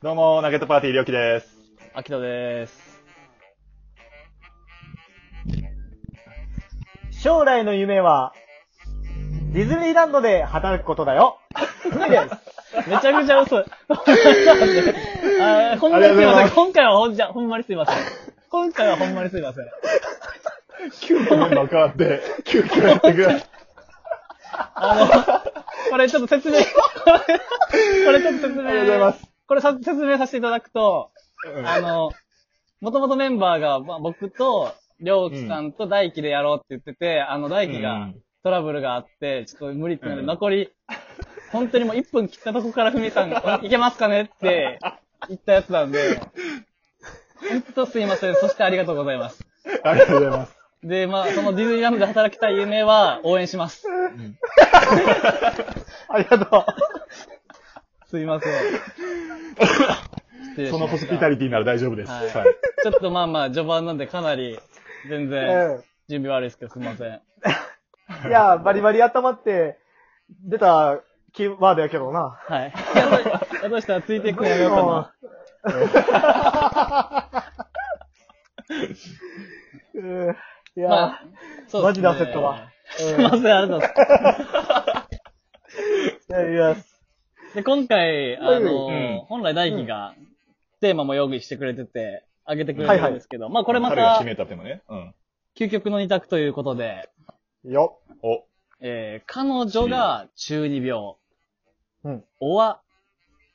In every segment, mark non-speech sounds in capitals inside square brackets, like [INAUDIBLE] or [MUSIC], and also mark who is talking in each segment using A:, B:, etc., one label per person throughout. A: どうも、ナゲットパーティー、りょうきです。
B: 秋野です。
C: 将来の夢は、ディズニーランドで働くことだよ。ふみです。
B: めちゃくちゃ
A: [LAUGHS]
B: 嘘。あーほんまに
A: ありが
B: すいま
A: とうござい
B: せ
A: ま
B: ん。
A: す
B: 今回はほんじゃ、ほんまにすいません。今回はほんまにすいません。
A: [LAUGHS] 急遽メンバー変わって、急遽やってくれ。 [LAUGHS]
B: あの、これちょっと説明、これちょっと説明。
A: ありがとうございます。
B: これさ説明させていただくと、
A: うん
B: あの、もともとメンバーが、まあ、僕と、りょうきさんと大輝でやろうって言ってて、あの大輝
A: う
B: が
A: ん
B: トラブルがあって、ちょっと無理ってなって、
A: うん
B: 残り、本当にもう1分切ったとこからふみ
C: [LAUGHS]
B: さんが、いけますかねって言ったやつなんで、本当すいません。そしてありがとうございます。
A: ありがとうございます。
B: で、まあ、そのディズニーランドで働きたい夢は応援します。
C: ありがと
B: すいません。失礼しました
A: そのホスピタリティなら大丈夫です。
B: は
A: はいい。
B: ちょっとまあまあ、序盤なんでかなり、全
C: う。
B: 然、
C: う
B: 準備悪いですけど、すいません。
C: ん。いや、バリバリ温まって、出たキーワードやけどな。 [LAUGHS]
B: はい。だとしたらついていくのやめようかな。
C: うん。い
B: ま
C: や
B: あ、、そう
C: マ
B: です
C: ジ
B: ね
C: で焦ったわ。。
B: すいません、ありがとうございま
C: うん。いや、いや
B: す。で、今回、あの
A: うん
B: ー、本来大輝が、テーマも用意してくれてて、あげてくれ
C: はい
B: て
C: は
B: る
C: い
B: んですけど、まあこれま
A: 彼が
B: た
A: 決、めたってもね。うん。
B: 究極の二択ということで、
C: よ。
A: お。
B: えー、彼女が中二病。
C: うん。
B: おは、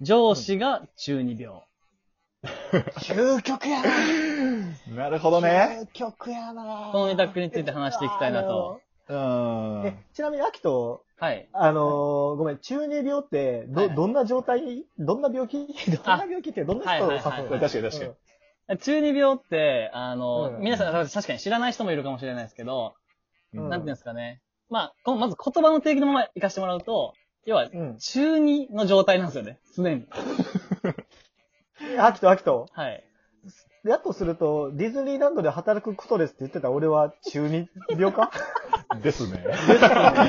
B: 上司が中二病。
C: 究極やな。
A: なるほどね。
C: 極やな
B: この二択について話していきたいなと。
A: うー
C: え
A: ん。、
C: ちなみに、秋と、
B: はい。
C: あのー、ごめん、中二病って、ど、
B: はい
C: どんな状態どんな病気どんな病気って、どんな人を指すの、
B: はいはい
A: はい確かに確かに
B: 中二病って、あの、
C: うん
B: 皆さん確かに知らない人もいるかもしれないですけど、
C: うん
B: なんていうんですかね。まあ、こまず言葉の定義のまま行かせてもらうと、要は、
C: うん。
B: 中二の状態なんですよね。常に。
C: うん。秋と秋と。
B: はい。
C: やっとすると、ディズニーランドで働くことですって言ってた俺は中二病か
A: ですね。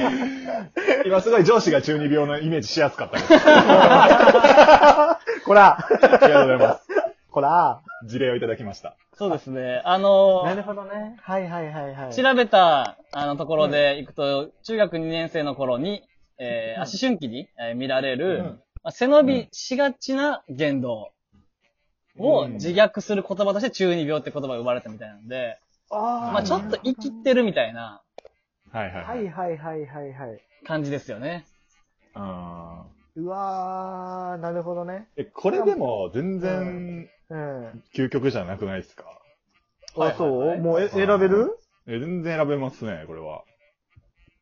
A: [LAUGHS] 今すごい上司が中二病のイメージしやすかったです。
C: [LAUGHS] こら
A: ありがとうございます。
C: こら
A: 事例をいただきました。
B: そうですね。あの、
C: なるほどね。はいはいはいはい。
B: 調べた、あの、ところで行くと、中学2年生の頃に、えー、
C: うん
B: あ思春期に、えー見られる、
A: うん
B: まあ、背伸びしがちな言動を自虐する言葉として中二病って言葉が生まれたみたいなので、
C: あー
B: まあ、ちょっと生きてるみたいな
A: はいはい
C: はいはいはいはいはい。
B: 感じですよね。
A: あー
C: うわー、なるほどね。
A: え、これでも全然
C: うん。
A: 究極じゃなくないですか
B: は
C: あ、
B: い
C: そう、
B: はい
C: もうえ選べる
A: え全然選べますね、これは。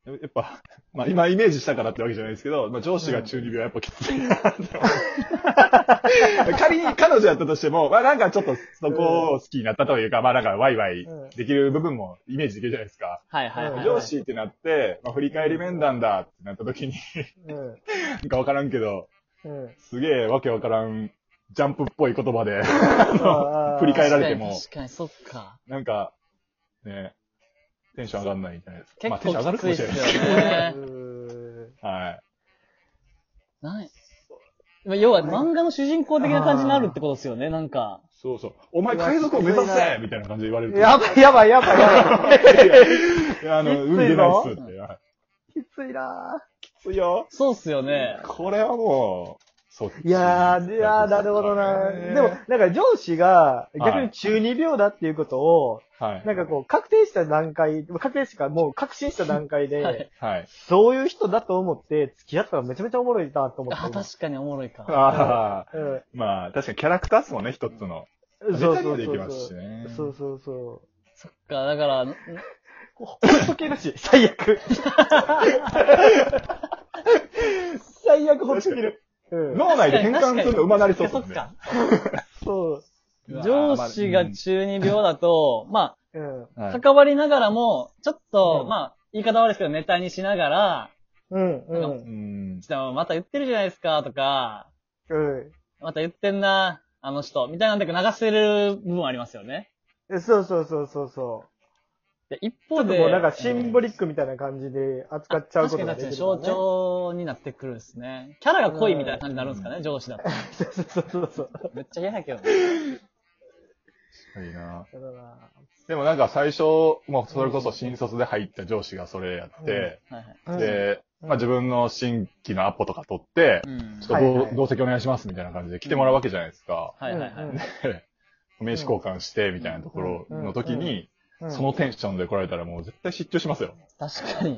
A: ややっぱ、まあ今イメージしたからってわけじゃないですけど、まあ上司が中二病はやっぱきついなって思う仮に彼女やったとしても、まあなんかちょっとそこを好きになったというか、まあなんかワイワイ
C: うん
A: できる部分もイメージできるじゃないですか。
B: はいはいはい、
C: うん
A: 上司ってなって、まあ振り返り面談だってなった時に、
C: うん。
A: なんかわからんけど、
C: うん。
A: すげえわけわからんジャンプっぽい言葉で、振
C: 振
A: り返られ
B: 確か
A: て
B: に
A: も
B: 確かに、そっか。
A: なんか、ね、テンション上がんないみたいな。まあ
B: 結
A: テンション上が
B: 構
A: る
B: き
A: か
B: つ
A: も
B: い
A: しれ
B: で
A: ない
B: す
A: で
B: よ
A: す。
B: ね。
A: はい。
B: ない。まあ要は漫画の主人公的な感じになるってことですよね、なんか。
A: そうそう。お前海賊を目指
C: うわ
A: せみたいな感じで言われると。
C: やばいやばいやばいやばい。
A: いや、あの、
C: きついぞ
A: 海出ないっすって。はい
C: きついな
A: きついよ。
B: そうっすよね。
A: これはもう、そう。
C: ーいやー、いやー、なるほどな。でも、なんか上司が逆に中二病だっていうことを、
A: はい。
C: なんかこう、確定した段階、確定しかもう確信した段階で、
B: はい。
A: う。はい。
C: そういう人だと思って、付き合ったらめちゃめちゃおもろいなと思って。
B: あ、確かにおもろいか。
A: ああ、
C: に。うん。
A: まあ、確かにキャラクターっすもんね、一つの。
C: そう
A: ネタに
C: そ
A: も
C: う
A: で
C: そ
A: き
C: う
A: ますしね。
C: そうそうそう。
B: そっか、だから、ん
C: ほっとけるし、 [LAUGHS] 最悪。最悪ほっとける。うん。
A: 脳内で変換するの馬なりそうっす
B: そ
A: も
B: っ
A: んね。
B: か。
C: そう。
A: うわー
B: 上司が中二病だと、ま
C: うん。
B: あ、
A: はい
B: 関わりながらも、ちょっと
C: う、ん
B: まあ、言い方悪いですけど、ネタにしながら、
C: うん。う。
A: うんん。
B: ちょっとまた言ってるじゃないですか、とか、
C: うん
B: また言ってんな、あの人、みたいなんで流せる部分ありますよね。
C: え。そうそうそうそうそ
B: や一
C: ちょ
B: 方
C: っと
B: で、
C: こうなんかシンボリックみたいな感じで扱っちゃう
B: 確か
C: こと
B: に
C: が
B: 確か
C: でき
B: に
C: る
B: 象
C: からね。
B: 徴になってくるですね。キャラが濃いみたいな感じになるんですかね、上司だと。
C: そう [LAUGHS] そうそうそう。
B: めっちゃ嫌やけどね。
A: いいな
B: [LAUGHS]
C: だから
A: でもなんか最初、もうそれこそ新卒で入った上司がそれやって、
B: はいはい。
C: な
A: で、
C: うん
A: まあ自分の新規のアポとか取って
B: う、ん
A: ち。ょっと同,、
C: はいはい
A: 同席お願いしますみたいな感じで来てもらうわけじゃないですか。
B: はいはいはい。
A: 名刺交換してみたいなところの時に、
C: うん
A: そのテンションで来られたらもう絶対失調しますよ。 [LAUGHS]
B: 確かに。
A: い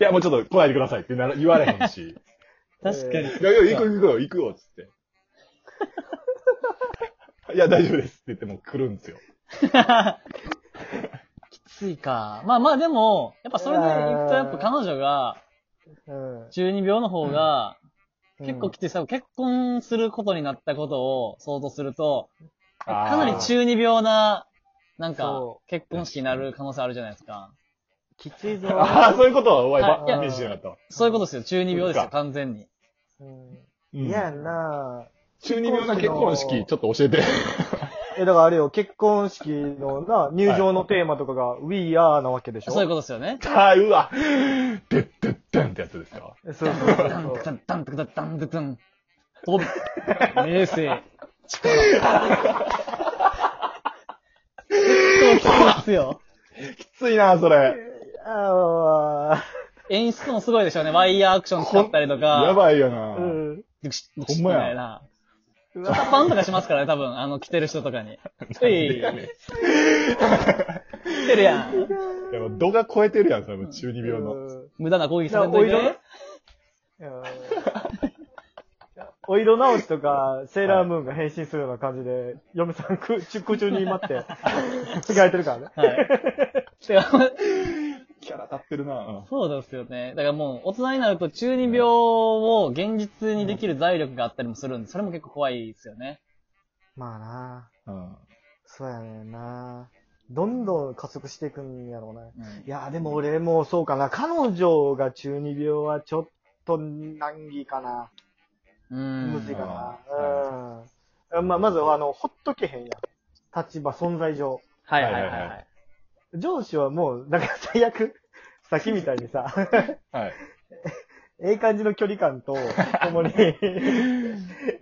A: や、もうちょっと来ないでくださいってなら言われへんし。
B: 確かに。
A: いやいや、行く行くよ、行くよ、つって。 [LAUGHS] いや、大丈夫ですって言っても来るんですよ。
B: [LAUGHS] きついか。まあまあでも、やっぱそれで行くと、やっぱ彼女が、
C: うん
B: 12秒の方が、
C: うん
B: 結構きつい。多分結婚することになったことを想像すると、
A: あー
B: かなり中二病な、なんか
C: そ、
B: 結婚式になる可能性あるじゃないですか。
C: き
B: [LAUGHS]
C: ついぞ。
A: ああ、そういうことお前、
B: はい
A: ば
B: いや
A: イメージしなかったわ。
B: そういうことですよ。中二病です
A: そ
B: よ、
A: う
B: 完全に。
C: うん
A: うん
C: 嫌やんな
A: 中二病な結婚式、ちょっと教えて。 [LAUGHS]
C: え、だからあれよ、結婚式のな、入場のテーマとかが、We are なわけでしょ
B: そういうことですよね。
A: あーうわ。てってってんってやつですか。
C: と。そうそうそう
B: ダン
C: そ
B: ダ
C: う。
B: ンダンダンダンダンダン。飛ぶ。名声。力。結構きついっすよ。
A: きついな、それ。
C: あ
B: 演出もすごいでしょうね。ワイヤーアクション使ったりとか。
A: やばいよ
C: あ、
A: な。
C: うん。
B: ドクシッ、ド
A: ほ
B: ク
A: ん
B: シッ
A: ま
B: み
A: や
B: たいな。
C: う
B: 肩
C: わ
B: パンとかしますからね、多分、あの、着てる人と
A: [LAUGHS]
B: かに。うい。着てるやん。
A: でも度が超えてるやん、それも中二病
C: う
A: の。
C: ん
B: 無駄な攻撃されといて
C: じゃあお色
B: ね
C: ね。うんお色直しとか、セーラームーンが変身するような感じで、嫁さん、く、出庫中に待って、着替えてるからね。
B: はい。てか
A: キャラ立ってるな。
B: [LAUGHS] そうですよね。だからもう、大人になると中二病を現実にできる財力があったりもするんで、それも結構怖いですよね。
C: まあな
A: うん。
C: そうやねんなどんどん加速していくんやろうね。
B: うん
C: いや、でも俺もそうかな。彼女が中二病はちょっと難儀かな。
B: うん。
C: むずいか
A: うん
C: な。うん。まあ、まず、あの、ほっとけへんやん。立場、存在上。
B: はいはいはい
A: はいはい
B: は。
A: はい
C: 上司はもう、なんか最悪、さっきみたいにさ、 [LAUGHS]
A: はい。
C: ええ感じの距離感 [LAUGHS] と、共に、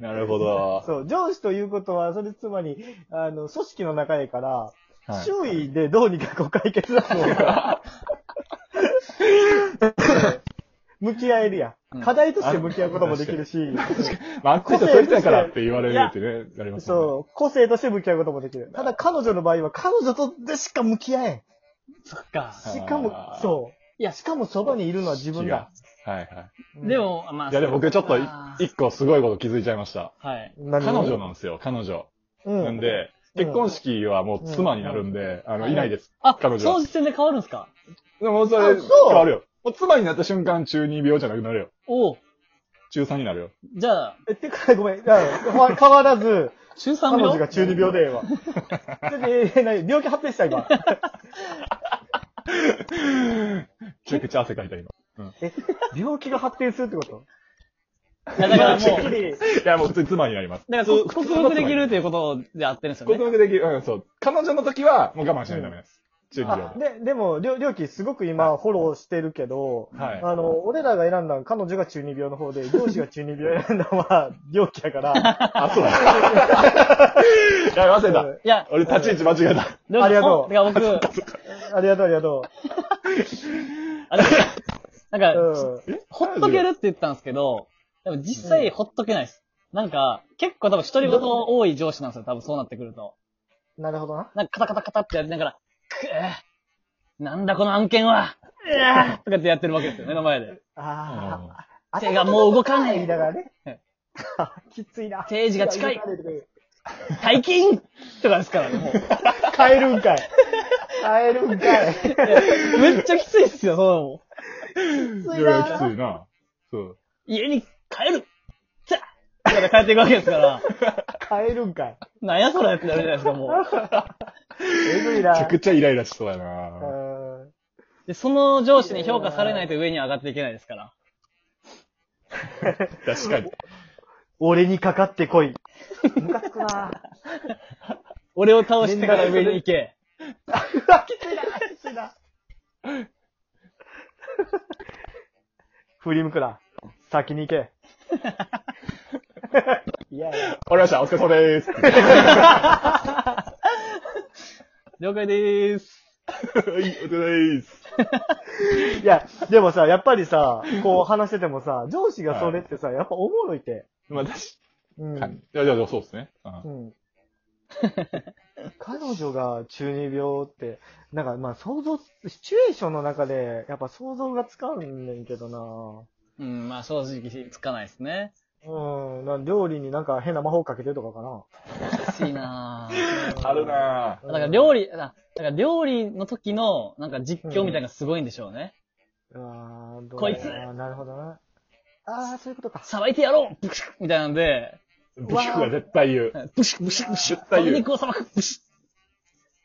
A: なるほど。
C: そう、上司ということは、それつまり、あの、組織の中やから、
A: はい
C: 周囲でどうにかこう解決策を向き合えるや
B: うん
C: ん。課題として向き合うこともできるし、
A: まあ、あっちの人そういう人やからって言われるってね、なりますもんね。
C: そう、個性として向き合うこともできる。ただ彼女の場合は、彼女とでしか向き合えん。
B: そっか。
A: い
C: しかも
A: あ、ー
C: そう。いや、しかもそばにいるのは自分だ。
A: はいは
C: うん
B: で、も、まあ、
A: い。いやでも僕ちょっとい
B: あー
A: 一個すごいこと気づいちゃいました。
B: はい。
C: 彼
A: 彼女なんですよ、彼女。
C: な
A: なん、で、結婚式はもう妻になるんで、あの、いないです。
B: あ、
A: 彼女
B: その時点で変わるんすか
A: でもそ
C: あ
A: れ、
C: そう
A: 変わるよ。もう妻になった瞬間中二病じゃなくなるよ。
B: おう
A: 中3になるよ。
B: じゃあ、
C: え、てか、ごめん。だからほわ変わらず、
B: 中3
C: 彼
B: 病
C: 女が中二病でええわ。ちょっとええ何病気発生した、今。
A: めちゃくちゃ汗かいた今。
C: え、病気が発展するってこと
B: いやだからも
C: [LAUGHS]
B: う、
A: [LAUGHS]
C: てっきり
A: いや、もう普通に妻になります。
B: だからこ
A: 普通
B: 克
A: の妻
B: 服できるということであってるんですよ
A: 克
B: ね。
A: 服できる。うん、そう。彼女の時は、もう我慢しないとダメです。中二
C: あ
A: 病で。
C: で、でも、りょう、りょうきすごく今、フォローしてるけど、
A: はい
C: あの、俺らが選んだの彼女が中二病の方で、上司が中二病選んだのは、 [LAUGHS] 病気やから。
A: あ、そうだ。い [LAUGHS] や、忘れた。
B: いや、
A: 俺立ち位置間違えた。
B: でも
C: ありがとう
B: だから僕、
C: ありがとう、ありがと
B: あれ、なん
C: う。
B: か、
C: うん。
B: ほっとけるって言ったんですけど、でも実際ほっとけないです。なんか、結構多分一人言多い上司なんですよ、多分そうなってくると。
C: なるほどな。
B: なんかカタカタカタってやりながら、くえなんだこの案件はうえとかってやってるわけですよ、目の前で。
C: ああ。
B: ん手がもう動かない
C: だからね [LAUGHS]
B: はい。
C: きついな。
B: 定時が近い大金とかですからね、もう。
C: 変えるんかい。変えるんかい。
B: めっちゃきついっすよ、その、
A: いや、きついな。そう。
B: 家に帰るじゃとかで帰っていくわけですから、
C: 変えるんかい。
B: なんやそれってなるじゃないですか、もう。
C: えぐい
A: めちゃ
C: な。
A: くちゃイライラしそうや
C: う
A: な。
C: ん
B: で、その上司に評価されないと上に上がっていけないですから。
A: 確かに。
C: 俺に
B: [LAUGHS]
C: かかってこい。ムカつくな。
B: 俺を倒してから上に行け。
C: きついな、きついな。振り向くな。先に行け。 [LAUGHS] いやいや。
A: わかりました。お疲れ様でーす。
B: 了解でーす。
A: はい、お疲れ様です。
C: いや、でもさ、やっぱりさ、こう話しててもさ、上司がそれってさ、やっぱおもろいて。
A: まあ、確
C: う
A: かに。
C: ん。
A: いや、いや、いやそうですね。うん
C: うん。彼女が中二病って、なんかまあ想像、シチュエーションの中で、やっぱ想像がつかんねんけどな
B: うん、まあ正直つかないですね。
C: うん、なんか料理になんか変な魔法かけてるとかかな。
B: 難しいな [LAUGHS] ぁ。
A: あるなぁ。
B: なんか料理、あなんか料理の時の、なんか実況みたいなのがすごいんでしょうね。
C: あーどう
B: こいつ
C: あーなるほどな。ああ、そういうことか。
B: さばいてやろうブシュッみたいなんで、
A: ブシックが絶対言う。
B: ブシュッブシュッブシュ
A: 絶対
B: ッ
A: 言う
B: 肉をさばくブシ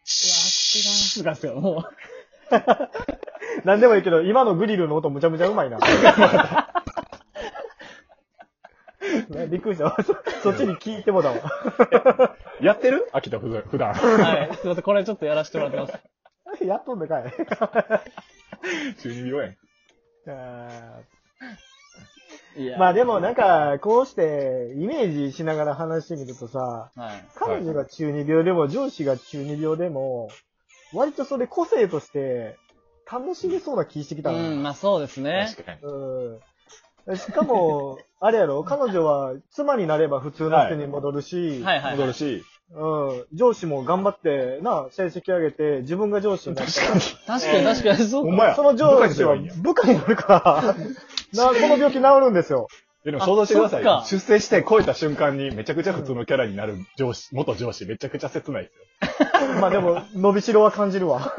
B: ュッなんですよ、もう。
C: なんでもいいけど、今のグリルの音むちゃむちゃうまいな。 [LAUGHS] ねびっくりした。 [LAUGHS] そそっちに聞いてもだわ。 [LAUGHS]
A: やってる秋田普段。普段 [LAUGHS]
B: はい。すいません、これちょっとやらせてもらってます。
C: やっとんで [LAUGHS] かい。
A: 中二病やん。
C: あ
B: い
C: ー
B: や
C: まあでもなんか、こうして、イメージしながら話してみるとさ、
B: はい。
C: 彼女が中二病でも、上司が中二病でも、割とそれ個性として、楽しめそうな気してきたな
B: うん、まあそうですね。
A: 確かに。
C: うん。しかも、あれやろ、彼女は妻になれば普通の人に戻るし、
B: はいはい
A: 戻
B: は
A: る
B: い。
A: し、
C: うん、上司も頑張って、な、成績上げて、自分が上司になったら、
B: 確かに確かに、そ
A: ほ
B: うんか。
A: まや。
C: その上司
A: 部下にすれば
C: は
A: いいんやい
C: 部下になる
A: [LAUGHS]
C: から、な、この病気治るんですよ。
A: やでも想像してください
B: あ
A: よ。
B: そ
A: 出世して超えた瞬間にめちゃくちゃ普通のキャラになる上司、元上司めちゃくちゃ切ないですよ。
C: まあでも、伸びしろは感じるわ。